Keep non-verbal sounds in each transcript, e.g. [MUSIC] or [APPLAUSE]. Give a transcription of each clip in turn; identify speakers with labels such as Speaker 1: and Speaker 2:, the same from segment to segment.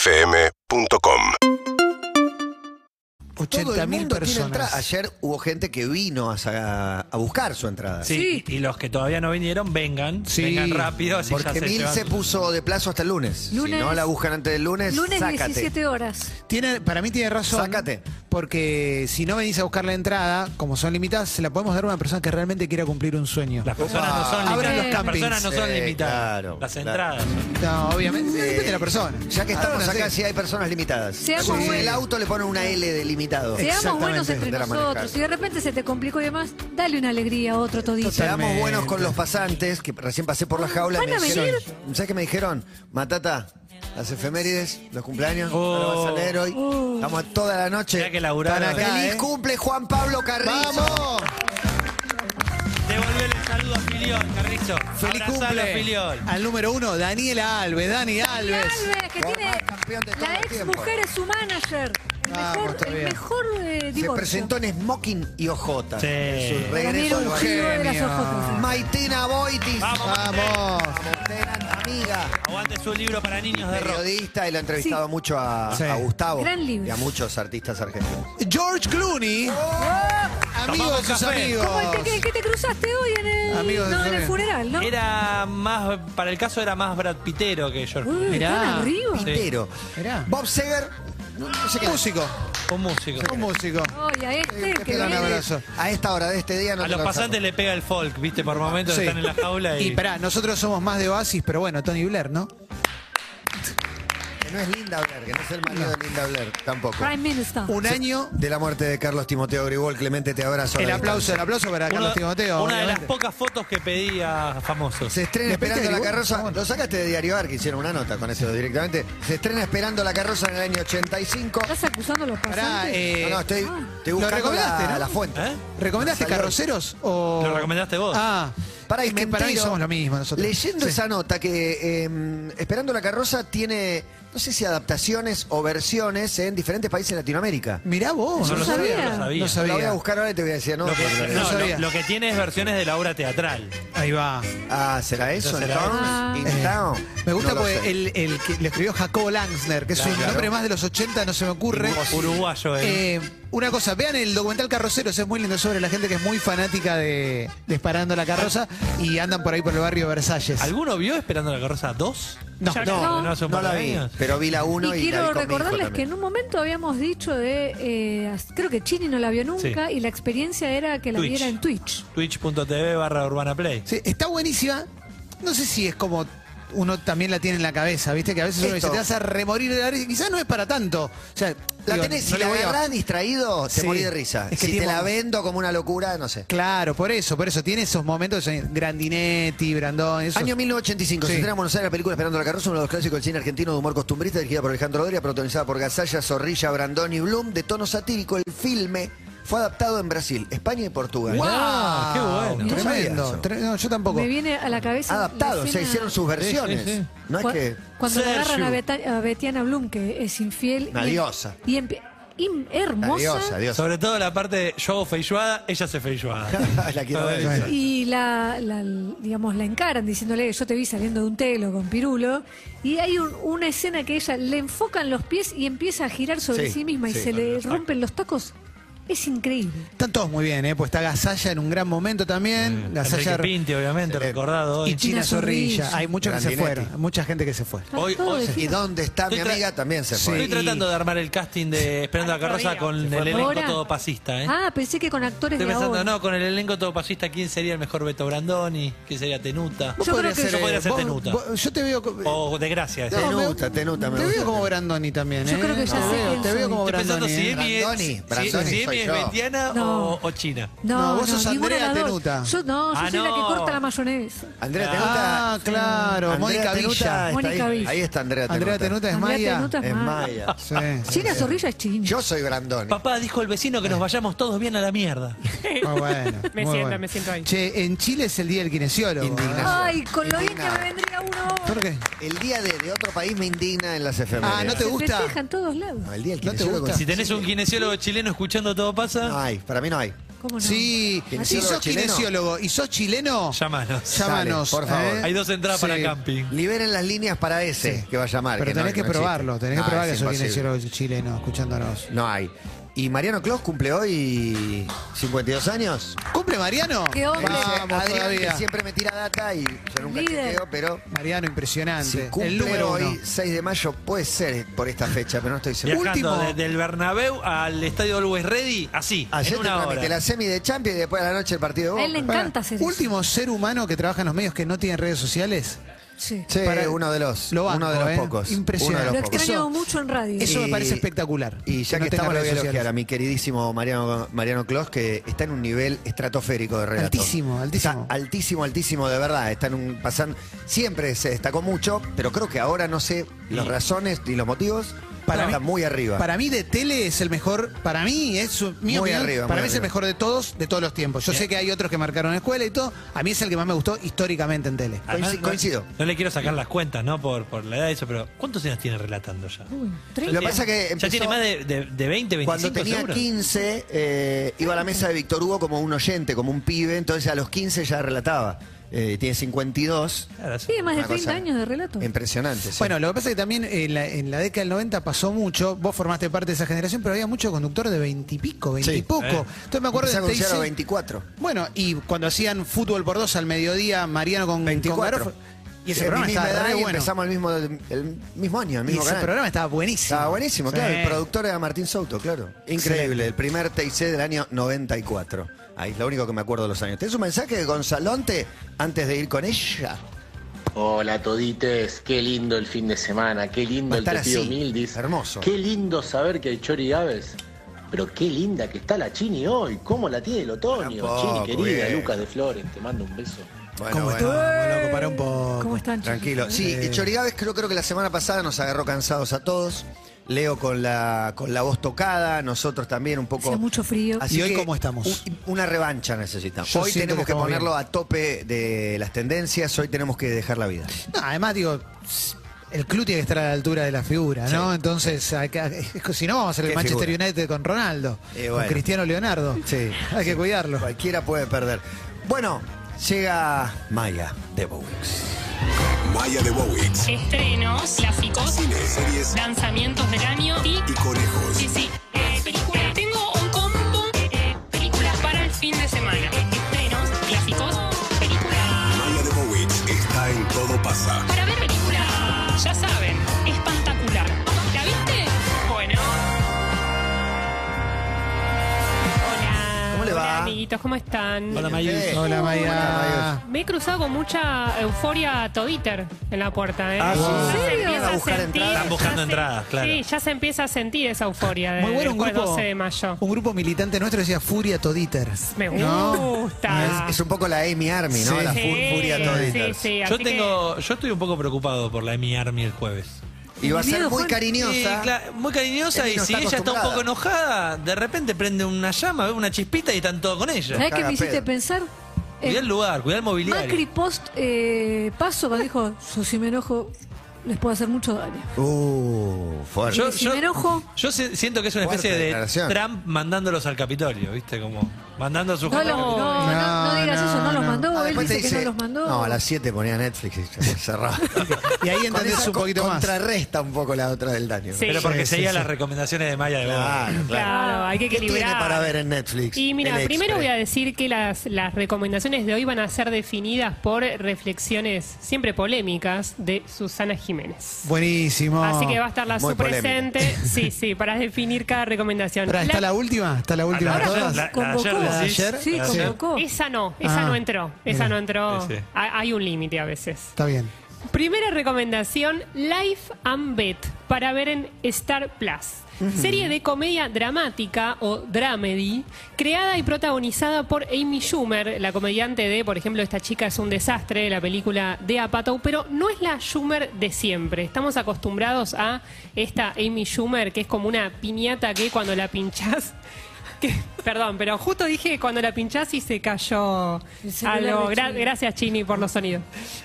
Speaker 1: UrbanaPlayFM.com
Speaker 2: 80 mil personas.
Speaker 3: Ayer hubo gente que vino a, sa- a buscar su entrada.
Speaker 4: Sí, y los que todavía no vinieron, vengan.
Speaker 2: Sí,
Speaker 4: vengan rápido, así ya
Speaker 3: Porque
Speaker 4: se
Speaker 3: Mil
Speaker 4: llevan
Speaker 3: se
Speaker 4: sus-
Speaker 3: puso de plazo hasta el lunes.
Speaker 5: Lunes-
Speaker 3: si no la buscan antes del lunes,
Speaker 5: Lunes
Speaker 3: sácate.
Speaker 5: 17 horas.
Speaker 2: Tiene, para mí tiene razón.
Speaker 3: Sácate.
Speaker 2: Porque si no venís a buscar la entrada, como son limitadas, se la podemos dar a una persona que realmente quiera cumplir un sueño.
Speaker 4: Las personas no son
Speaker 2: Opa. Abran
Speaker 4: limitadas.
Speaker 5: los
Speaker 4: Las personas no
Speaker 3: campings.
Speaker 4: son
Speaker 3: Sí,
Speaker 4: limitadas.
Speaker 3: claro,
Speaker 4: Las
Speaker 3: claro.
Speaker 4: entradas.
Speaker 2: No, obviamente. Depende de la persona.
Speaker 3: Ya que estamos
Speaker 4: Ah,
Speaker 2: Algunas,
Speaker 3: acá,
Speaker 2: sí.
Speaker 3: si hay personas limitadas.
Speaker 5: Seamos
Speaker 3: Si en el
Speaker 5: buenos.
Speaker 3: auto le ponen una L delimitado.
Speaker 5: Seamos buenos entre
Speaker 3: Entender a manejar.
Speaker 5: nosotros. Si de repente se te complicó y demás, dale una alegría a otro todito.
Speaker 3: Seamos
Speaker 2: Totalmente.
Speaker 3: buenos con los pasantes, que recién pasé por la jaula. y
Speaker 5: Ah, ¿Van
Speaker 3: me
Speaker 5: a
Speaker 3: dijeron, ¿Sabes qué me dijeron? Matata, las efemérides, los cumpleaños,
Speaker 4: Oh.
Speaker 3: ahora vas a leer hoy. Estamos toda la noche.
Speaker 4: Mirá que laburaron.
Speaker 3: Están acá,
Speaker 2: Feliz
Speaker 3: ¿eh? cumple Juan Pablo Carrizo!
Speaker 2: ¡Vamos!
Speaker 4: Devolvele el saludo a Filiol, Carrizo.
Speaker 2: ¡Feliz
Speaker 4: Abrazalo a
Speaker 2: cumple!
Speaker 4: Filiol.
Speaker 2: Al número uno, Daniela Alves. Dani
Speaker 5: Dani
Speaker 2: Alves.
Speaker 5: Alves, que
Speaker 3: Vos
Speaker 5: tiene
Speaker 3: más campeón de todos
Speaker 5: la
Speaker 3: los
Speaker 5: ex
Speaker 3: tiempos.
Speaker 5: mujer es su manager. El
Speaker 2: Vamos,
Speaker 5: mejor,
Speaker 2: está
Speaker 5: el
Speaker 2: bien.
Speaker 5: mejor eh,
Speaker 3: Se
Speaker 5: divorcio.
Speaker 3: presentó en Smoking y Ojota.
Speaker 4: Sí.
Speaker 3: En su
Speaker 5: Para mí era
Speaker 3: regreso al
Speaker 5: un
Speaker 3: baile.
Speaker 5: giro de las
Speaker 2: genio.
Speaker 5: ojotas.
Speaker 3: Maitina Boitis.
Speaker 4: Vamos,
Speaker 2: Vamos.
Speaker 3: Usted gran amiga.
Speaker 4: Aguante su libro para niños de rock.
Speaker 3: Periodista y lo ha entrevistado
Speaker 5: Sí.
Speaker 3: mucho a,
Speaker 2: Sí.
Speaker 3: a Gustavo
Speaker 5: Gran libro.
Speaker 3: y a muchos artistas argentinos.
Speaker 2: George
Speaker 3: Oh.
Speaker 2: Clooney. Amigo de
Speaker 4: Tomamos
Speaker 2: sus
Speaker 4: café.
Speaker 2: amigos.
Speaker 5: Como el que, el que te cruzaste hoy en el,
Speaker 2: Amigos de
Speaker 5: no, en
Speaker 2: Sonia.
Speaker 5: el funeral, ¿no?
Speaker 4: Era más, para el caso era más Brad Pitero que George
Speaker 5: Uy,
Speaker 4: Clooney.
Speaker 5: están
Speaker 2: Mirá.
Speaker 5: arriba.
Speaker 4: Sí.
Speaker 3: Pintero.
Speaker 2: Mirá.
Speaker 3: Bob Seger. No, no sé qué.
Speaker 2: Músico.
Speaker 4: Un músico.
Speaker 2: Un músico.
Speaker 5: Ay, a este
Speaker 3: Eh, Te
Speaker 5: que
Speaker 3: pido un
Speaker 5: viene.
Speaker 3: abrazo. A esta hora de este día no
Speaker 4: A
Speaker 3: te
Speaker 4: los
Speaker 3: lo
Speaker 4: pasantes
Speaker 3: saco.
Speaker 4: le pega el folk, viste, por momentos
Speaker 2: Sí.
Speaker 4: están en la jaula y...
Speaker 2: Y pará, nosotros somos más de Oasis, pero bueno, Tony Blair, ¿no?
Speaker 3: Que no es Linda Blair, que no es el marido de Linda Blair tampoco.
Speaker 5: Prime Minister.
Speaker 2: Un año.
Speaker 3: De la muerte de Carlos Timoteo Grigol, Clemente te abrazo. a
Speaker 2: El
Speaker 3: la
Speaker 2: aplauso, el aplauso para
Speaker 4: Uno-
Speaker 2: Carlos Timoteo.
Speaker 4: una de las
Speaker 2: obviamente.
Speaker 4: pocas fotos que pedí a famosos.
Speaker 3: Se estrena
Speaker 2: Después
Speaker 3: Esperando
Speaker 2: te
Speaker 3: la
Speaker 2: averiguo,
Speaker 3: Carroza.
Speaker 2: ¿cómo?
Speaker 3: Lo sacaste de Diario Ar, que hicieron una nota con eso directamente. Se estrena Esperando la Carroza en el año 85.
Speaker 5: ¿Estás acusando a los
Speaker 2: Pará,
Speaker 5: pasantes?
Speaker 2: eh,
Speaker 3: No, no, estoy,
Speaker 5: Ah.
Speaker 3: estoy
Speaker 2: Lo
Speaker 3: buscando
Speaker 2: recomendaste,
Speaker 3: la,
Speaker 2: ¿no?
Speaker 3: la fuente.
Speaker 4: ¿Eh?
Speaker 2: ¿Recomendaste
Speaker 3: Salió.
Speaker 2: Carroceros o...?
Speaker 4: Lo recomendaste vos.
Speaker 2: Ah.
Speaker 3: Pará, y
Speaker 2: Es que para mí
Speaker 3: mentiro.
Speaker 2: somos lo mismo nosotros.
Speaker 3: Leyendo
Speaker 2: Sí.
Speaker 3: esa nota que eh, Esperando la Carroza tiene, no sé si adaptaciones o versiones en diferentes países de Latinoamérica.
Speaker 2: Mirá vos.
Speaker 4: No
Speaker 5: lo
Speaker 4: sabía.
Speaker 5: sabía, no lo
Speaker 2: No
Speaker 3: La voy a
Speaker 2: sabía.
Speaker 3: buscar ahora y te voy a decir, no,
Speaker 4: Lo que,
Speaker 3: porque-
Speaker 2: no
Speaker 4: no,
Speaker 2: sabía.
Speaker 4: lo, lo que tiene es versiones de la obra teatral.
Speaker 2: Ahí va.
Speaker 3: Ah, ¿será eso?
Speaker 4: ¿Será
Speaker 3: entonces?
Speaker 5: eso?
Speaker 3: In
Speaker 2: Eh,
Speaker 3: town.
Speaker 2: Me gusta
Speaker 3: No lo
Speaker 2: porque
Speaker 3: sé.
Speaker 2: el, el que lo escribió Jacobo Langsner, que es un
Speaker 3: Claro.
Speaker 2: nombre más de los 80, no se me ocurre.
Speaker 4: Uruguayo, eh.
Speaker 2: Eh, una cosa, vean el documental Carroceros, es muy lindo sobre la gente que es muy fanática de, de Esparando la Carroza y andan por ahí por el barrio de Versalles.
Speaker 4: ¿Alguno vio Esperando la Carroza 2?
Speaker 2: No,
Speaker 4: Ya
Speaker 2: no,
Speaker 4: que estrenó hace un
Speaker 3: No
Speaker 4: par
Speaker 3: la
Speaker 4: de
Speaker 3: vi,
Speaker 4: años.
Speaker 3: pero vi la uno y,
Speaker 5: Y
Speaker 3: la vi
Speaker 5: quiero
Speaker 3: con mi hijo
Speaker 5: recordarles que
Speaker 3: también.
Speaker 5: en un momento habíamos dicho de, eh, as- creo que Chini no la vio nunca
Speaker 4: Sí.
Speaker 5: y la experiencia era que la
Speaker 4: Twitch.
Speaker 5: viera en Twitch.
Speaker 4: Twitch.tv barra Urbana Play.
Speaker 2: Sí, está buenísima. No sé si es como uno también la tiene en la cabeza, ¿viste? Que a veces uno
Speaker 3: Esto.
Speaker 2: dice, te vas a remorir de la risa. Quizás no es para tanto. O sea,
Speaker 3: La
Speaker 2: digo,
Speaker 3: tenés,
Speaker 2: no
Speaker 3: si
Speaker 2: le
Speaker 3: la
Speaker 2: voy a-
Speaker 3: agarrás distraído, te
Speaker 2: Sí.
Speaker 3: morís de risa.
Speaker 2: Es que
Speaker 3: si te
Speaker 2: tiene
Speaker 3: la
Speaker 2: un-
Speaker 3: vendo como una locura, no sé.
Speaker 2: Claro, por eso, por eso. Tiene esos momentos que son Grandinetti, Brandón, esos.
Speaker 3: Año 1985, se
Speaker 2: Sí.
Speaker 3: estrena en Buenos Aires la película Esperando la Carroza, uno de los clásicos del cine argentino de humor costumbrista, dirigida por Alejandro Doria, protagonizada por Gazalla, Zorrilla, Brandón y Bloom, de tono satírico. El filme fue adaptado en Brasil, España y Portugal.
Speaker 4: Mirá,
Speaker 2: ¡Guau!
Speaker 4: qué bueno.
Speaker 3: No sabía
Speaker 2: Tremendo.
Speaker 3: eso.
Speaker 2: Tre- no, yo tampoco.
Speaker 5: Me viene a la cabeza. la
Speaker 3: Adaptado, se
Speaker 5: escena-
Speaker 3: hicieron sus versiones.
Speaker 4: sí.
Speaker 3: No es
Speaker 5: Cu-
Speaker 3: que.
Speaker 5: Cuando la agarran
Speaker 4: Sergio.
Speaker 5: a, Beta- a Betiana Bloom, que es infiel.
Speaker 3: Una
Speaker 5: y em-
Speaker 3: diosa.
Speaker 5: Y em- im- hermosa.
Speaker 3: Adiós, adiós.
Speaker 4: Sobre todo la parte de yo hago feijoada, ella hace feijoada.
Speaker 3: [LAUGHS] La quiero ver.
Speaker 5: Y la, la- digamos, la encaran diciéndole, yo te vi saliendo de un telo con Pirulo. Y hay un- una escena que ella le enfocan los pies y empieza a girar sobre
Speaker 3: Sí,
Speaker 5: sí, misma
Speaker 3: sí,
Speaker 5: y se le rompen los tacos. Es increíble.
Speaker 2: Están todos muy bien, ¿eh? Pues está Gasalla en un gran momento también.
Speaker 4: Enrique
Speaker 2: Gasalla
Speaker 4: Pinti, obviamente, recordado eh. hoy.
Speaker 2: y China
Speaker 5: China
Speaker 2: Zorrilla.
Speaker 5: Zorrilla.
Speaker 2: Hay muchos que se
Speaker 3: Grandinetti.
Speaker 2: fueron. hay Mucha gente que se fue.
Speaker 5: Está
Speaker 4: Hoy-
Speaker 5: todo
Speaker 4: hoy-
Speaker 5: de
Speaker 3: ¿Y
Speaker 5: gira.
Speaker 3: dónde está mi
Speaker 4: Estoy tra-
Speaker 3: amiga? También se fue.
Speaker 4: Estoy
Speaker 2: Sí.
Speaker 4: tratando de armar el casting de Esperando la Carroza con el elenco
Speaker 5: Ahora-
Speaker 4: todo pasista, ¿eh?
Speaker 5: Ah, pensé que con actores
Speaker 4: Estoy
Speaker 5: de
Speaker 4: pensando,
Speaker 5: ahora.
Speaker 4: no, con el elenco todo pasista, ¿quién sería el mejor Beto Brandoni? ¿Quién sería Tenuta?
Speaker 5: Yo creo que-
Speaker 4: yo podría ser
Speaker 2: vos-
Speaker 4: Tenuta.
Speaker 2: vos- yo te veo. co-
Speaker 4: O de gracia.
Speaker 3: No,
Speaker 2: me-
Speaker 3: Tenuta, Tenuta, me
Speaker 2: Te
Speaker 3: gusta.
Speaker 2: veo como Brandoni también,
Speaker 5: Yo
Speaker 2: ¿eh?
Speaker 5: creo que ya
Speaker 2: te
Speaker 5: sé
Speaker 2: veo,
Speaker 5: quién
Speaker 2: te veo
Speaker 5: soy.
Speaker 2: como
Speaker 4: Estoy pensando
Speaker 2: Brandoni.
Speaker 4: si
Speaker 2: ¿eh?
Speaker 4: Emi es,
Speaker 3: Brandoni,
Speaker 4: si-
Speaker 3: Brandoni
Speaker 4: si Emi
Speaker 3: soy
Speaker 4: es
Speaker 3: yo.
Speaker 4: Betiana
Speaker 5: No.
Speaker 4: o, o China.
Speaker 2: No, vos sos
Speaker 5: ninguna de
Speaker 2: Andrea
Speaker 5: las dos.
Speaker 2: Tenuta.
Speaker 5: Yo no, yo
Speaker 4: Ah,
Speaker 5: soy la que
Speaker 4: no.
Speaker 5: corta la mayonesa.
Speaker 3: Andrea Tenuta.
Speaker 2: Ah, claro.
Speaker 3: Andrea
Speaker 2: Mónica
Speaker 3: Tenuta
Speaker 2: Villa.
Speaker 3: está
Speaker 5: Mónica
Speaker 3: ahí.
Speaker 5: Villa.
Speaker 3: Ahí está Andrea Tenuta.
Speaker 2: Andrea Tenuta es
Speaker 5: Andrea
Speaker 2: Maya.
Speaker 5: Tenuta
Speaker 3: Es Maya.
Speaker 2: Sí.
Speaker 5: China Zorrilla es China.
Speaker 3: Yo soy Brandoni.
Speaker 4: Papá dijo el vecino que nos vayamos todos bien a la mierda. [LAUGHS]
Speaker 2: Muy Ah,
Speaker 5: [LAUGHS]
Speaker 2: bueno.
Speaker 6: Me
Speaker 2: muy
Speaker 6: siento,
Speaker 2: bueno.
Speaker 6: me siento ahí.
Speaker 2: Che, en Chile es el día del kinesiólogo. ¿eh?
Speaker 3: Indignación.
Speaker 5: Ay, con lo bien que
Speaker 3: Indignado.
Speaker 5: me vendría uno.
Speaker 2: ¿Por qué?
Speaker 3: El día de, de otro país me indigna en las efemérides.
Speaker 2: Ah, ¿no te
Speaker 5: Se
Speaker 2: gusta?
Speaker 5: festeja en todos lados.
Speaker 3: No, el día del
Speaker 2: ¿No te
Speaker 3: kinesiólogo
Speaker 2: gusta?
Speaker 3: con-
Speaker 4: Si tenés un kinesiólogo chileno escuchando todo
Speaker 3: No
Speaker 4: pasa,
Speaker 3: hay, para mí no hay.
Speaker 5: ¿Cómo no?
Speaker 2: Sí, si
Speaker 3: ¿Kinesiólogo
Speaker 2: sos
Speaker 3: chileno?
Speaker 2: kinesiólogo y sos chileno,
Speaker 4: Llámanos.
Speaker 2: llámanos.
Speaker 3: Dale, por favor.
Speaker 2: ¿eh?
Speaker 4: Hay dos entradas para
Speaker 2: Sí.
Speaker 4: camping.
Speaker 3: Liberen las líneas para ese
Speaker 2: Sí.
Speaker 3: que va a llamar.
Speaker 2: Pero
Speaker 3: no-
Speaker 2: tenés que
Speaker 3: no existe.
Speaker 2: probarlo, tenés que
Speaker 3: No,
Speaker 2: probar
Speaker 3: es
Speaker 2: que sos
Speaker 3: imposible.
Speaker 2: kinesiólogo chileno escuchándonos.
Speaker 3: No hay. Y Mariano Clos cumple hoy 52 años.
Speaker 2: ¿Cumple Mariano?
Speaker 5: Qué hombre.
Speaker 2: Vamos
Speaker 3: Adrián,
Speaker 2: todavía.
Speaker 3: que siempre me tira data y yo nunca
Speaker 5: Líder.
Speaker 3: chequeo, pero
Speaker 2: Mariano, impresionante.
Speaker 3: si
Speaker 2: el
Speaker 3: cumple
Speaker 2: número
Speaker 3: hoy,
Speaker 2: uno.
Speaker 3: 6 de mayo, puede ser por esta fecha, pero no estoy seguro.
Speaker 4: Viajando
Speaker 2: Último.
Speaker 4: desde el Bernabéu al estadio Always Ready, así,
Speaker 3: Ayer
Speaker 4: en una
Speaker 3: te
Speaker 4: hora.
Speaker 3: la semi de Champions y después a la noche el partido
Speaker 5: A
Speaker 3: de
Speaker 5: él le
Speaker 3: Boca.
Speaker 5: encanta hacer eso.
Speaker 2: Último ser humano que trabaja en los medios que no tiene redes sociales.
Speaker 5: Sí.
Speaker 3: Sí,
Speaker 2: Para-
Speaker 3: uno de los,
Speaker 2: Lo banco,
Speaker 3: uno de los
Speaker 2: ¿eh?
Speaker 3: pocos.
Speaker 2: Impresionante.
Speaker 3: Uno
Speaker 5: Lo
Speaker 3: de los pocos.
Speaker 5: extraño
Speaker 2: Eso-
Speaker 5: mucho en radio.
Speaker 2: Eso me
Speaker 3: Y-
Speaker 2: parece espectacular.
Speaker 3: Y ya
Speaker 2: no
Speaker 3: que
Speaker 2: tenga
Speaker 3: estamos, le voy a
Speaker 2: redes
Speaker 3: elogiar a
Speaker 2: sociales.
Speaker 3: mi queridísimo Mariano, Mariano Clos, que está en un nivel estratosférico de relato.
Speaker 2: Altísimo, altísimo.
Speaker 3: Está altísimo, altísimo, de verdad. Están un, pasando. Siempre se destacó mucho, pero creo que ahora no sé las
Speaker 4: Y-
Speaker 3: razones y los motivos.
Speaker 2: Para
Speaker 3: Para
Speaker 2: mí-
Speaker 3: está muy arriba.
Speaker 2: Para mí de tele es el mejor, para mí es su- mi
Speaker 3: Muy
Speaker 2: opinión,
Speaker 3: arriba,
Speaker 2: para
Speaker 3: muy
Speaker 2: mí es el
Speaker 3: arriba.
Speaker 2: mejor de todos, de todos los tiempos. Yo sé que hay otros que marcaron escuela y todo, a mí es el que más me gustó históricamente en tele.
Speaker 4: Además,
Speaker 3: Coinci-
Speaker 4: no-
Speaker 3: coincido.
Speaker 4: No le quiero sacar las cuentas, ¿no? Por, por la edad de eso, pero ¿cuántos años tiene relatando ya?
Speaker 5: Uy,
Speaker 4: Ya
Speaker 5: 30.
Speaker 3: Lo que pasa es que
Speaker 4: tiene-
Speaker 3: empezó-
Speaker 4: Ya tiene más de, de, de 20, 25
Speaker 3: Cuando tenía
Speaker 4: seguro.
Speaker 3: 15, eh, iba a la mesa de Víctor Hugo como un oyente, como un pibe, entonces a los 15 ya relataba. Eh, tiene 52.
Speaker 4: Claro, eso.
Speaker 5: Sí, más de
Speaker 3: Una
Speaker 5: 30
Speaker 3: cosa
Speaker 5: años de relato.
Speaker 3: Impresionante. sí.
Speaker 2: Bueno, lo que pasa es que también en la, en la década del 90 pasó mucho, vos formaste parte de esa generación, pero había muchos conductores de 20 y pico, 20 y
Speaker 3: Sí.
Speaker 2: poco.
Speaker 4: Eh.
Speaker 2: Entonces me acuerdo
Speaker 3: Empecé a
Speaker 2: de
Speaker 3: anunciar a los
Speaker 2: Teisei-
Speaker 3: 24.
Speaker 2: Bueno, y cuando hacían fútbol por dos al mediodía, Mariano con, con
Speaker 3: 24.
Speaker 2: Garof- y ese
Speaker 3: En
Speaker 2: programa
Speaker 3: mi
Speaker 2: estaba
Speaker 3: misma edad
Speaker 2: re
Speaker 3: y
Speaker 2: bueno.
Speaker 3: empezamos el mismo, el mismo año, el
Speaker 2: Y
Speaker 3: mismo
Speaker 2: ese
Speaker 3: canal.
Speaker 2: programa estaba buenísimo.
Speaker 3: Estaba Ah, buenísimo, claro.
Speaker 2: Sí.
Speaker 3: El productor era Martín Souto, claro. Increíble. El primer TIC del año 94. Ahí es lo único que me acuerdo de los años. ¿Tenés un mensaje de Gonzalonte antes de ir con ella?
Speaker 6: Hola todites, qué lindo el fin de semana, qué
Speaker 3: Va
Speaker 6: lindo
Speaker 3: a
Speaker 6: el
Speaker 3: estar
Speaker 6: Te pido
Speaker 3: así,
Speaker 6: mil, dice.
Speaker 3: hermoso.
Speaker 6: Qué lindo saber que hay chori y aves. Pero qué linda que está la Chini hoy, cómo la tiene el otoño.
Speaker 3: Tampoco,
Speaker 6: Chini querida,
Speaker 3: bien.
Speaker 6: Lucas de Flores, te mando un beso.
Speaker 3: Bueno,
Speaker 2: ¿Cómo
Speaker 3: bueno,
Speaker 2: estamos, loco? Pará un poco.
Speaker 5: ¿Cómo están, chicos?
Speaker 3: Tranquilo. Sí, y Chorigabes creo, creo que la semana pasada nos agarró cansados a todos. Leo con la, con la voz tocada, nosotros también un poco.
Speaker 5: Hacía mucho frío.
Speaker 2: ¿Y hoy
Speaker 3: que
Speaker 2: cómo estamos?
Speaker 3: un- una revancha necesitamos.
Speaker 2: Yo
Speaker 3: hoy
Speaker 2: siento
Speaker 3: tenemos
Speaker 2: que
Speaker 3: que,
Speaker 2: estamos
Speaker 3: ponerlo
Speaker 2: bien.
Speaker 3: a tope de las tendencias, hoy tenemos que dejar la vida.
Speaker 2: No, además, digo, el club tiene que estar a la altura de la figura, ¿no?
Speaker 3: Sí.
Speaker 2: Entonces, acá- es que si no, vamos a hacer el
Speaker 3: ¿Qué
Speaker 2: Manchester
Speaker 3: figura?
Speaker 2: United con Ronaldo,
Speaker 3: Eh, bueno.
Speaker 2: con Cristiano Leonardo.
Speaker 3: Sí.
Speaker 2: Hay que cuidarlo.
Speaker 3: Cualquiera puede perder. Bueno, llega Maya de Bowix.
Speaker 1: Maya de Bowix.
Speaker 7: Estrenos, clásicos,
Speaker 1: Cine, series
Speaker 7: lanzamientos del año y
Speaker 1: y conejos.
Speaker 7: sí, sí, eh, películas. Tengo un combo eh, películas para el fin de semana. Estrenos, clásicos, películas.
Speaker 1: Maya de Bowix está en Todo Pasa.
Speaker 7: Para ver películas, ya saben, espantacular. ¿La viste? Bueno. Hola.
Speaker 3: ¿Cómo le
Speaker 7: hola,
Speaker 3: va?
Speaker 7: amiguitos, ¿cómo están?
Speaker 4: Hola, Mayu.
Speaker 3: Eh,
Speaker 2: Hola, Maya.
Speaker 3: Maya.
Speaker 7: Me he cruzado con mucha euforia Toditer en la puerta, ¿eh?
Speaker 4: Ah, sí.
Speaker 7: Ya
Speaker 4: ¿En
Speaker 7: se
Speaker 5: serio?
Speaker 7: empieza
Speaker 3: Van a
Speaker 7: a
Speaker 3: buscar
Speaker 7: sentir-
Speaker 3: entradas.
Speaker 4: Están buscando
Speaker 7: ya se-
Speaker 4: entradas, claro.
Speaker 7: Sí, ya se empieza a sentir esa euforia de,
Speaker 2: Muy bueno, un
Speaker 7: Eh, después
Speaker 2: grupo,
Speaker 7: 12 de mayo.
Speaker 2: un grupo militante nuestro decía Furia Toditer.
Speaker 7: Me
Speaker 2: ¿No?
Speaker 7: gusta.
Speaker 3: Es, es un poco la Amy Army, ¿no?
Speaker 2: Sí.
Speaker 3: La fu-
Speaker 7: Sí,
Speaker 3: furia todita.
Speaker 7: Sí, sí,
Speaker 4: Yo
Speaker 7: así que-
Speaker 4: tengo, yo estoy un poco preocupado por la Emi Army el jueves.
Speaker 3: Y va a ser
Speaker 5: Miedo,
Speaker 3: muy
Speaker 5: Juan.
Speaker 3: cariñosa.
Speaker 4: Y, cla- muy cariñosa
Speaker 3: Emi
Speaker 4: y
Speaker 3: no
Speaker 4: si
Speaker 3: está
Speaker 4: ella está un
Speaker 3: acostumbrada.
Speaker 4: poco enojada, de repente prende una llama, ve una chispita y están todos con ella.
Speaker 5: ¿Sabés qué
Speaker 3: caga
Speaker 5: me hiciste
Speaker 3: pedo.
Speaker 5: pensar? Eh,
Speaker 4: Cuidá el lugar, cuidá el mobiliario.
Speaker 5: Macri post eh, paso cuando dijo, yo si me enojo les puedo hacer mucho daño.
Speaker 3: Uh, fuerte.
Speaker 5: si me enojo-
Speaker 4: yo se- siento que es una
Speaker 3: Fuerte
Speaker 4: especie de
Speaker 3: declaración.
Speaker 4: Trump mandándolos al Capitolio, ¿viste? Como mandando a su
Speaker 5: No,
Speaker 4: gente
Speaker 5: lo-
Speaker 4: al
Speaker 5: no,
Speaker 4: Capitolio.
Speaker 5: no, no
Speaker 2: No,
Speaker 5: digas
Speaker 2: no,
Speaker 5: eso, no, los
Speaker 2: no.
Speaker 5: mandó,
Speaker 3: Ah,
Speaker 5: él
Speaker 3: después
Speaker 5: dice,
Speaker 3: te
Speaker 5: que
Speaker 3: dice,
Speaker 5: no los mandó.
Speaker 3: No, a las 7 ponía Netflix y se cerraba.
Speaker 2: Y ahí
Speaker 3: Con
Speaker 2: entendés
Speaker 3: esa
Speaker 2: un poquito
Speaker 3: co-
Speaker 2: más.
Speaker 3: Contrarresta un poco la otra del daño.
Speaker 7: Sí.
Speaker 4: Pero porque
Speaker 2: Sí,
Speaker 4: seguía
Speaker 2: sí,
Speaker 4: las
Speaker 2: sí.
Speaker 4: recomendaciones de Maya de Boa.
Speaker 3: Claro,
Speaker 7: Claro, hay que
Speaker 3: ¿Qué
Speaker 7: equilibrar.
Speaker 3: tiene para ver en eh? Netflix?
Speaker 7: Y mira,
Speaker 3: El
Speaker 7: primero
Speaker 3: Express.
Speaker 7: voy a decir que las, las recomendaciones de hoy van a ser definidas por reflexiones siempre polémicas de Susana Jiménez.
Speaker 2: Buenísimo.
Speaker 7: Así que va a estar la
Speaker 3: Muy
Speaker 7: su presente, sí, sí, para definir cada recomendación.
Speaker 2: Pará, ¿Está la última? ¿Está la última de
Speaker 4: Ahora
Speaker 2: todas?
Speaker 4: la-
Speaker 5: convocó.
Speaker 4: ayer
Speaker 2: decís.
Speaker 5: Sí,
Speaker 4: La de ayer.
Speaker 5: convocó.
Speaker 7: Esa no, esa
Speaker 2: Ah,
Speaker 7: no entró, esa
Speaker 2: mira.
Speaker 7: no entró.
Speaker 4: Sí, sí.
Speaker 7: Ha- Hay un límite a veces.
Speaker 2: Está bien.
Speaker 7: Primera recomendación, Life and Bet, para ver en Star Plus. Serie de comedia dramática o dramedy, creada y protagonizada por Amy Schumer, la comediante de, por ejemplo, Esta chica es un desastre, la película de Apatow, pero no es la Schumer de siempre. Estamos acostumbrados a esta Amy Schumer, que es como una piñata que cuando la pinchás que- perdón, pero justo dije que cuando la pinchás y se cayó
Speaker 5: El celular
Speaker 7: algo.
Speaker 5: de
Speaker 7: Gra-
Speaker 5: Chini.
Speaker 7: gracias, Chini, por los sonidos.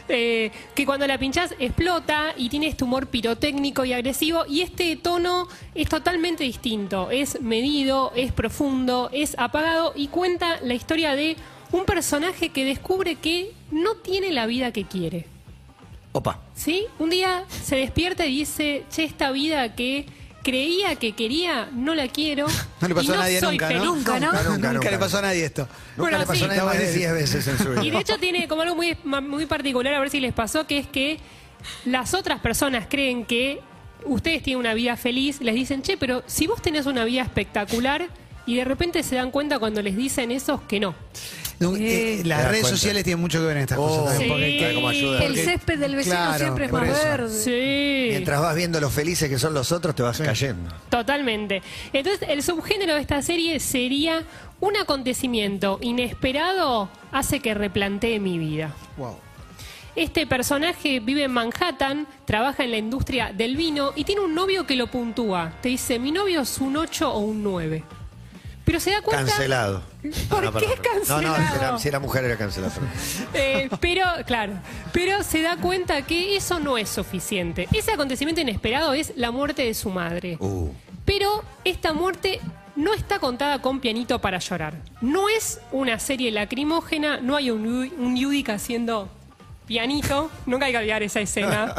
Speaker 7: Eh, que cuando la pinchás explota y tienes tumor pirotécnico y agresivo. Y este tono es totalmente distinto. Es medido, es profundo, es apagado y cuenta la historia de un personaje que descubre que no tiene la vida que quiere.
Speaker 3: Opa.
Speaker 7: ¿Sí? Un día se despierta y dice, che, esta vida que creía que quería, no la quiero.
Speaker 2: [LAUGHS] No le pasó
Speaker 7: y
Speaker 2: a nadie
Speaker 7: soy
Speaker 2: nunca, ¿no?
Speaker 7: feliz".
Speaker 5: Nunca, ¿no?
Speaker 3: Nunca, nunca,
Speaker 2: Nunca le
Speaker 3: nunca.
Speaker 2: pasó a nadie esto.
Speaker 3: Nunca
Speaker 7: Bueno,
Speaker 3: le pasó
Speaker 7: sí.
Speaker 3: a nadie más de 10 veces en su vida.
Speaker 7: [LAUGHS] Y de hecho tiene como algo muy, ma- muy particular, a ver si les pasó, que es que las otras personas creen que ustedes tienen una vida feliz, les dicen, che, pero si vos tenés una vida espectacular, y de repente se dan cuenta cuando les dicen esos que no.
Speaker 2: Nun- eh,
Speaker 5: Sí.
Speaker 2: las
Speaker 3: Te das
Speaker 2: redes
Speaker 3: cuenta.
Speaker 2: sociales tienen mucho que ver en estas
Speaker 3: Oh,
Speaker 2: cosas. también,
Speaker 3: sí.
Speaker 2: porque-
Speaker 3: claro, como ayuda.
Speaker 5: El césped del vecino
Speaker 2: Claro,
Speaker 5: siempre es
Speaker 2: por
Speaker 5: más
Speaker 2: eso.
Speaker 5: verde.
Speaker 7: Sí.
Speaker 3: Mientras vas viendo los felices que son los otros, te vas cayendo.
Speaker 7: Totalmente. Entonces, el subgénero de esta serie sería un acontecimiento inesperado hace que replantee mi vida.
Speaker 2: Wow.
Speaker 7: Este personaje vive en Manhattan, trabaja en la industria del vino y tiene un novio que lo puntúa. Te dice, mi novio es un 8 o un 9. Pero se da cuenta...
Speaker 3: Cancelado.
Speaker 7: ¿Por
Speaker 3: Ah, no,
Speaker 7: qué
Speaker 3: perdón, perdón.
Speaker 7: cancelado?
Speaker 3: No, no, si era, si era mujer era cancelado. perdón.
Speaker 7: Eh, pero, claro, pero se da cuenta que eso no es suficiente. Ese acontecimiento inesperado es la muerte de su madre.
Speaker 3: Uh.
Speaker 7: Pero esta muerte no está contada con pianito para llorar. No es una serie lacrimógena, no hay un, Yu- un Yudica haciendo pianito. Nunca hay que olvidar
Speaker 3: [LAUGHS]
Speaker 7: esa escena.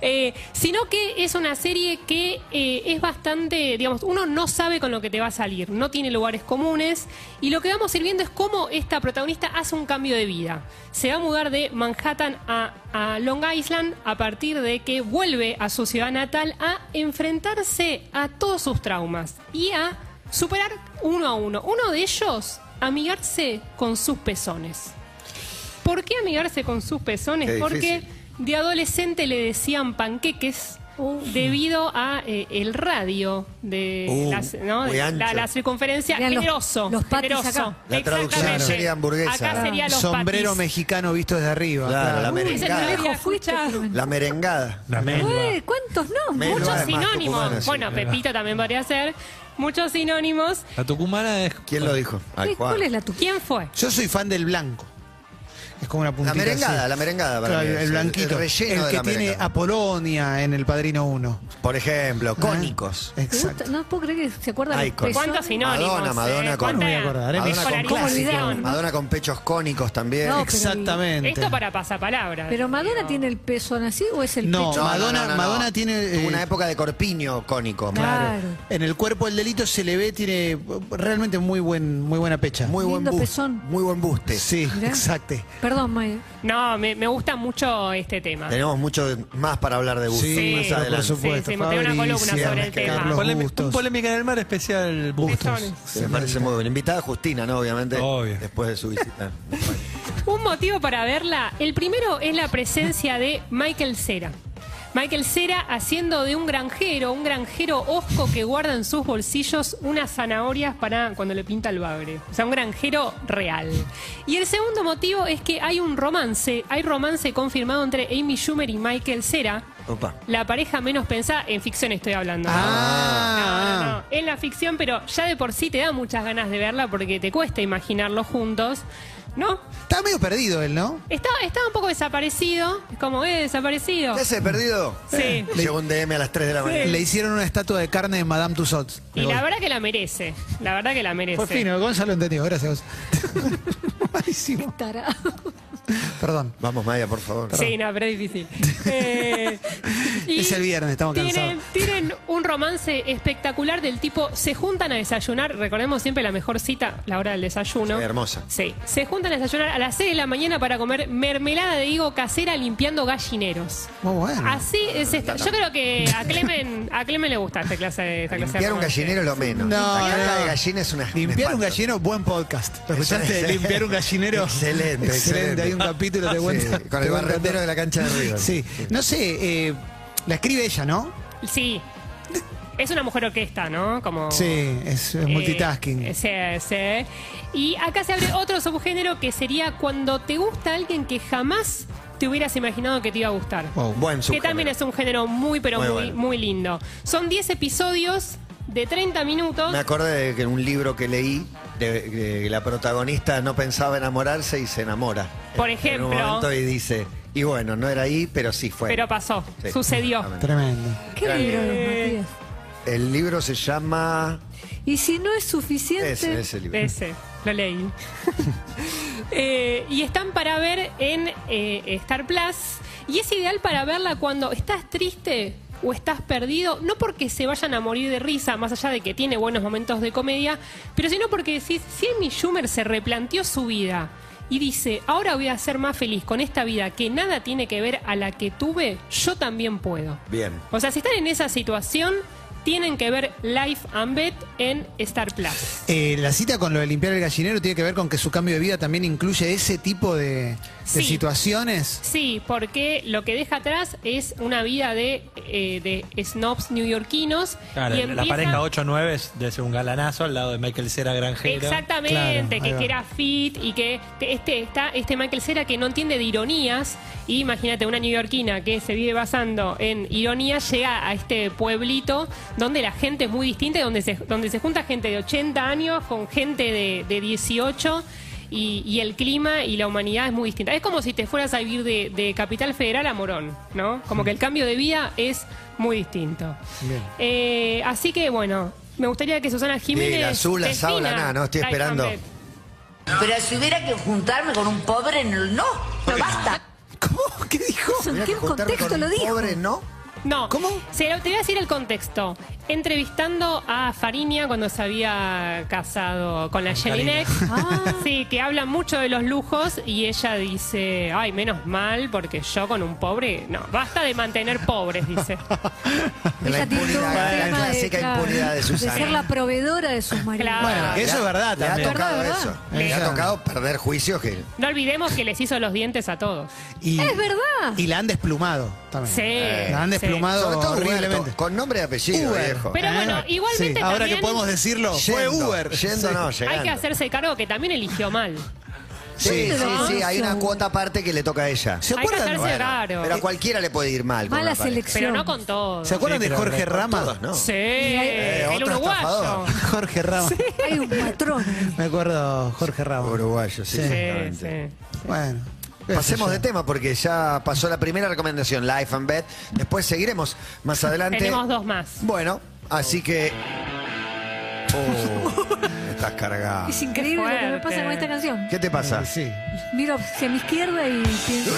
Speaker 7: Eh, sino que es una serie que eh, es bastante, digamos, uno no sabe con lo que te va a salir, no tiene lugares comunes y lo que vamos a ir viendo es cómo esta protagonista hace un cambio de vida. Se va a mudar de Manhattan a, a Long Island a partir de que vuelve a su ciudad natal a enfrentarse a todos sus traumas y a superar uno a uno. Uno de ellos, amigarse con sus pezones. ¿Por qué amigarse con sus pezones?
Speaker 3: Qué
Speaker 7: Porque
Speaker 3: difícil.
Speaker 7: de adolescente le decían panqueques debido a eh, el radio de
Speaker 3: Uh,
Speaker 7: las- ¿no?
Speaker 3: muy
Speaker 7: la,
Speaker 3: ancho.
Speaker 7: la circunferencia
Speaker 5: Mirá, los-
Speaker 7: generoso
Speaker 5: los patis
Speaker 7: generoso.
Speaker 5: acá.
Speaker 3: La traducción
Speaker 7: Exactamente.
Speaker 3: sería hamburguesa.
Speaker 7: acá
Speaker 3: Claro.
Speaker 7: sería los
Speaker 2: Sombrero
Speaker 7: patis.
Speaker 2: mexicano visto desde arriba.
Speaker 3: Claro, la
Speaker 5: Uy,
Speaker 7: Ese no lo
Speaker 3: merengada.
Speaker 7: había
Speaker 5: lejos fuiste,
Speaker 7: escuchado.
Speaker 5: Clemente.
Speaker 3: La merengada.
Speaker 4: La
Speaker 5: Ué, ¿Cuántos nombres?
Speaker 3: Melva.
Speaker 7: Muchos
Speaker 3: Además, tucumana,
Speaker 7: sinónimos.
Speaker 3: sí,
Speaker 7: Bueno,
Speaker 4: verdad.
Speaker 7: Pepito también podría ser. Muchos sinónimos.
Speaker 4: La tucumana es.
Speaker 3: ¿Quién lo dijo? Ay,
Speaker 5: ¿Qué-
Speaker 3: Juan.
Speaker 5: ¿Cuál es la tuya?
Speaker 7: ¿Quién fue?
Speaker 2: Yo soy fan del blanco. Es como una
Speaker 3: La
Speaker 2: puntita
Speaker 3: merengada,
Speaker 2: así.
Speaker 3: la merengada. para
Speaker 2: Claro,
Speaker 3: mí
Speaker 2: el,
Speaker 3: es
Speaker 2: blanquito.
Speaker 3: El relleno
Speaker 2: El
Speaker 3: de
Speaker 2: que
Speaker 3: la
Speaker 2: tiene
Speaker 3: merengada.
Speaker 2: a Polonia en El Padrino 1.
Speaker 3: Por
Speaker 2: Ah.
Speaker 3: ejemplo, cónicos.
Speaker 2: Exacto.
Speaker 5: No puedo creer que se acuerdan
Speaker 3: Ay,
Speaker 5: los
Speaker 3: con-
Speaker 5: pezones.
Speaker 7: ¿Cuántos sinónimos?
Speaker 3: Madonna, Madonna
Speaker 7: eh?
Speaker 3: con-
Speaker 7: ¿Cuánta
Speaker 2: No me voy a acordar, eh.
Speaker 3: Madonna con
Speaker 5: clásico.
Speaker 7: popularización?
Speaker 3: Madonna con pechos cónicos también.
Speaker 5: No, pero-
Speaker 2: Exactamente.
Speaker 7: Esto para pasapalabra.
Speaker 5: ¿Pero Madonna tiene el pezón así o es el
Speaker 2: No,
Speaker 5: pecho?
Speaker 2: Madonna- Madonna tiene,
Speaker 3: Tuvo
Speaker 2: eh,
Speaker 3: una época de corpiño cónico.
Speaker 5: Claro.
Speaker 2: En el cuerpo del delito se le ve, tiene realmente muy buen, muy buena pecha.
Speaker 3: Muy buen
Speaker 5: Lindo
Speaker 3: buste.
Speaker 5: pezón.
Speaker 3: Muy buen buste.
Speaker 2: Sí,
Speaker 5: Mirá.
Speaker 2: exacto.
Speaker 5: Perdón, Maya.
Speaker 7: No, me, me gusta mucho este tema.
Speaker 3: Tenemos mucho más para hablar de buste.
Speaker 7: Sí,
Speaker 3: más
Speaker 7: pero
Speaker 2: por
Speaker 3: adelante.
Speaker 2: supuesto.
Speaker 7: Sí, sí, monté una columna
Speaker 2: Fabricia,
Speaker 7: sobre el tema.
Speaker 2: Carlos
Speaker 4: Polemi-
Speaker 2: Bustos.
Speaker 4: un polémica en el mar especial Bustos.
Speaker 7: Pezones.
Speaker 3: Sí, me parece muy bien. Invitada Justina, ¿no? Obviamente.
Speaker 4: Obvio.
Speaker 3: Después de su
Speaker 2: [LAUGHS]
Speaker 3: visita.
Speaker 7: Un motivo para verla. El primero es la presencia de Michael Cera. Michael Cera haciendo de un granjero, un granjero osco que guarda en sus bolsillos unas zanahorias para cuando le pinta el bagre. O sea, un granjero real. Y el segundo motivo es que hay un romance, hay romance confirmado entre Amy Schumer y Michael Cera.
Speaker 3: Opa.
Speaker 7: La pareja menos pensada, en ficción estoy hablando. ¿no?
Speaker 2: Ah.
Speaker 7: No, no, no, en la ficción, pero ya de por sí te da muchas ganas de verla porque te cuesta imaginarlos juntos, ¿no?
Speaker 2: Está medio perdido él, ¿no?
Speaker 7: Está, está un poco desaparecido, es como, eh, desaparecido.
Speaker 3: ¿Qué hace perdido?
Speaker 7: Sí.
Speaker 3: Llegó un DM a las 3 de la mañana.
Speaker 2: Le hicieron una estatua de carne de Madame Tussauds.
Speaker 7: Y la verdad que la merece, la verdad que la merece.
Speaker 2: Fue fino, Gonzalo entendió, gracias. Gonzalo. Malísimo.
Speaker 5: Tarado. [LAUGHS]
Speaker 2: Perdón.
Speaker 3: Vamos, Maya, por favor.
Speaker 7: Sí, no, pero
Speaker 2: [LAUGHS]
Speaker 7: es difícil. Eh, y
Speaker 2: Es el viernes, estamos
Speaker 7: tienen,
Speaker 2: cansados.
Speaker 7: Tienen un romance espectacular del tipo, se juntan a desayunar, recordemos siempre la mejor cita, la hora del desayuno.
Speaker 3: Sí, hermosa.
Speaker 7: Sí, se juntan a desayunar a las 6 de la mañana para comer mermelada de higo casera limpiando gallineros.
Speaker 2: Muy bueno.
Speaker 7: Así es esta. Yo creo que a Clemen, a Clemen le gusta esta clase de esta clase de
Speaker 3: Limpiar un
Speaker 7: romance.
Speaker 3: gallinero es lo menos. la caja de gallina es una.
Speaker 2: Limpiar un
Speaker 3: espanto.
Speaker 2: gallinero, buen podcast. ¿Lo escuchaste? Limpiar un gallinero. Excelente.
Speaker 3: Excelente, excelente.
Speaker 2: Hay un capítulo de [LAUGHS] buen
Speaker 3: Sí, con el barrendero de la cancha de River.
Speaker 2: Sí. No sé, eh, la escribe ella, ¿no?
Speaker 7: Sí. Es una mujer orquesta, ¿no? Como,
Speaker 2: Sí, es, es
Speaker 7: Oh. eh,
Speaker 2: multitasking.
Speaker 7: Sí, sí. Y acá se abre otro subgénero que sería cuando te gusta alguien que jamás te hubieras imaginado que te iba a gustar.
Speaker 2: Wow.
Speaker 3: Buen
Speaker 7: que también
Speaker 3: subgénero.
Speaker 7: es un género muy, pero
Speaker 3: Muy
Speaker 7: muy, muy,
Speaker 3: bueno.
Speaker 7: lindo. Son 10 episodios de 30 minutos.
Speaker 3: Me acordé de que en un libro que leí, de, de que la protagonista no pensaba enamorarse y se enamora.
Speaker 7: Por
Speaker 3: En un
Speaker 7: ejemplo.
Speaker 3: momento y dice, y bueno, no era ahí, pero sí fue.
Speaker 7: Pero pasó,
Speaker 3: Sí.
Speaker 7: sucedió.
Speaker 3: Exactamente.
Speaker 2: Tremendo.
Speaker 5: Qué
Speaker 3: Gran
Speaker 5: libro,
Speaker 7: libro.
Speaker 5: Matías.
Speaker 3: El libro se llama...
Speaker 5: Y si no es suficiente.
Speaker 3: Ese, ese libro.
Speaker 7: Ese, lo leí. Eh, y están para ver en eh, Star Plus. Y es ideal para verla cuando estás triste o estás perdido, no porque se vayan a morir de risa, más allá de que tiene buenos momentos de comedia, pero sino porque decís, si Amy Schumer se replanteó su vida y dice, ahora voy a ser más feliz con esta vida que nada tiene que ver a la que tuve, yo también puedo.
Speaker 3: [LAUGHS] Bien.
Speaker 7: O sea, si están en esa situación, tienen que ver Life and Bet en Star Plus.
Speaker 2: Eh, la cita con lo de limpiar el gallinero tiene que ver con que su cambio de vida también incluye ese tipo de, de
Speaker 7: Sí.
Speaker 2: situaciones.
Speaker 7: Sí, porque lo que deja atrás es una vida de, eh, de snobs neoyorquinos.
Speaker 4: Claro,
Speaker 7: y
Speaker 4: la
Speaker 7: empieza-
Speaker 4: pareja 8-9 es de ser un galanazo al lado de Michael Cera Granjero.
Speaker 2: Claro,
Speaker 7: Exactamente,
Speaker 2: ahí
Speaker 7: que,
Speaker 2: va.
Speaker 7: que era fit y que te- este está este Michael Cera que no entiende de ironías. Y imagínate, una neoyorquina que se vive basando en ironía llega a este pueblito donde la gente es muy distinta, y donde se, donde se junta gente de 80 años con gente de, de 18. Y, y el clima y la humanidad es muy distinta. Es como si te fueras a vivir de, de Capital Federal a Morón, ¿no? Como que el cambio de vida es muy distinto.
Speaker 2: Bien.
Speaker 7: Eh, así que, bueno, me gustaría que Susana Jiménez.
Speaker 3: Mira, azul, asado,
Speaker 7: defina
Speaker 3: la nada, no, estoy
Speaker 7: Life
Speaker 3: esperando.
Speaker 7: and Death.
Speaker 8: Pero si hubiera que juntarme con un pobre, no, no no basta.
Speaker 2: ¿Cómo? ¿Qué dijo?
Speaker 5: ¿En
Speaker 3: Mirá
Speaker 5: qué
Speaker 3: que juntar
Speaker 5: contexto
Speaker 3: con
Speaker 5: lo
Speaker 3: un
Speaker 5: dijo?
Speaker 3: Pobre, ¿no?
Speaker 7: No.
Speaker 2: ¿Cómo?
Speaker 7: Se lo- te voy a decir el contexto. Entrevistando a Farinia cuando se había casado con la Jelinek.
Speaker 5: [LAUGHS] Ah,
Speaker 7: Sí, que habla mucho de los lujos y ella dice, ay, menos mal, porque yo con un pobre, no, basta de mantener pobres, dice.
Speaker 3: De la
Speaker 5: Ella tiene todo un
Speaker 3: impunidad, la
Speaker 5: tema de,
Speaker 3: clásica
Speaker 5: claro,
Speaker 3: impunidad de Susana.
Speaker 5: ser la proveedora de sus maridos.
Speaker 7: Claro.
Speaker 2: Bueno, que eso es
Speaker 3: Le ha-
Speaker 2: verdad
Speaker 3: Le Ah, ha
Speaker 2: también.
Speaker 3: tocado
Speaker 5: ¿Verdad,
Speaker 3: eso.
Speaker 5: verdad?
Speaker 3: Le ha
Speaker 2: Ella-
Speaker 3: tocado perder juicio que...
Speaker 7: No olvidemos que les hizo los dientes a todos.
Speaker 2: Y,
Speaker 5: Es verdad.
Speaker 2: Y la han desplumado también.
Speaker 7: Sí.
Speaker 2: La han
Speaker 7: sí.
Speaker 2: desplumado
Speaker 3: Sobre todo
Speaker 2: horriblemente.
Speaker 3: Huberto, con nombre y apellido,
Speaker 2: Uber.
Speaker 3: viejo.
Speaker 7: Pero bueno,
Speaker 2: Ah,
Speaker 7: igualmente
Speaker 2: sí. Ahora que
Speaker 7: también-
Speaker 2: podemos decirlo, fue
Speaker 3: Yendo,
Speaker 2: Uber.
Speaker 3: Yendo,
Speaker 2: Sí.
Speaker 3: no,
Speaker 7: Hay que
Speaker 3: llegando.
Speaker 7: hacerse cargo que también eligió mal.
Speaker 3: Sí,
Speaker 5: ¿Dónde
Speaker 3: sí,
Speaker 5: lo
Speaker 3: sí,
Speaker 5: hizo?
Speaker 3: hay una cuota aparte que le toca a ella.
Speaker 2: ¿Se
Speaker 7: Hay que
Speaker 2: acuerdan?
Speaker 7: hacerse
Speaker 2: Bueno,
Speaker 7: cargo.
Speaker 3: Pero a cualquiera le puede ir mal. con
Speaker 5: Mala
Speaker 3: una pareja.
Speaker 5: selección.
Speaker 7: Pero no con todo.
Speaker 2: ¿Se acuerdan de Jorge Rama?
Speaker 3: Todos, ¿no?
Speaker 7: Sí,
Speaker 5: Eh,
Speaker 7: el
Speaker 3: otro
Speaker 7: uruguayo.
Speaker 3: estafador.
Speaker 2: Jorge Rama.
Speaker 5: Hay un patrón. ahí.
Speaker 2: Me acuerdo, Jorge Rama.
Speaker 3: Uruguayo,
Speaker 2: Sí.
Speaker 3: sí.
Speaker 7: Sí,
Speaker 3: exactamente.
Speaker 7: sí.
Speaker 2: Bueno. qué
Speaker 3: Pasemos
Speaker 2: sé
Speaker 3: de
Speaker 2: yo.
Speaker 3: tema porque ya pasó la primera recomendación, Life and Bet. Después seguiremos
Speaker 5: [LAUGHS]
Speaker 3: más adelante.
Speaker 7: Tenemos dos más.
Speaker 3: Bueno, así que. Oh, [LAUGHS] me estás cargado.
Speaker 5: [LAUGHS] Es increíble lo que me pasa con esta canción.
Speaker 3: ¿Qué te pasa?
Speaker 2: Sí.
Speaker 5: Miro hacia mi izquierda y pienso.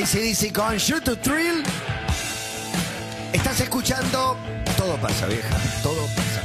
Speaker 3: [LAUGHS] ACDC con Shoot to Thrill. Estás escuchando. Todo pasa, vieja. Todo pasa.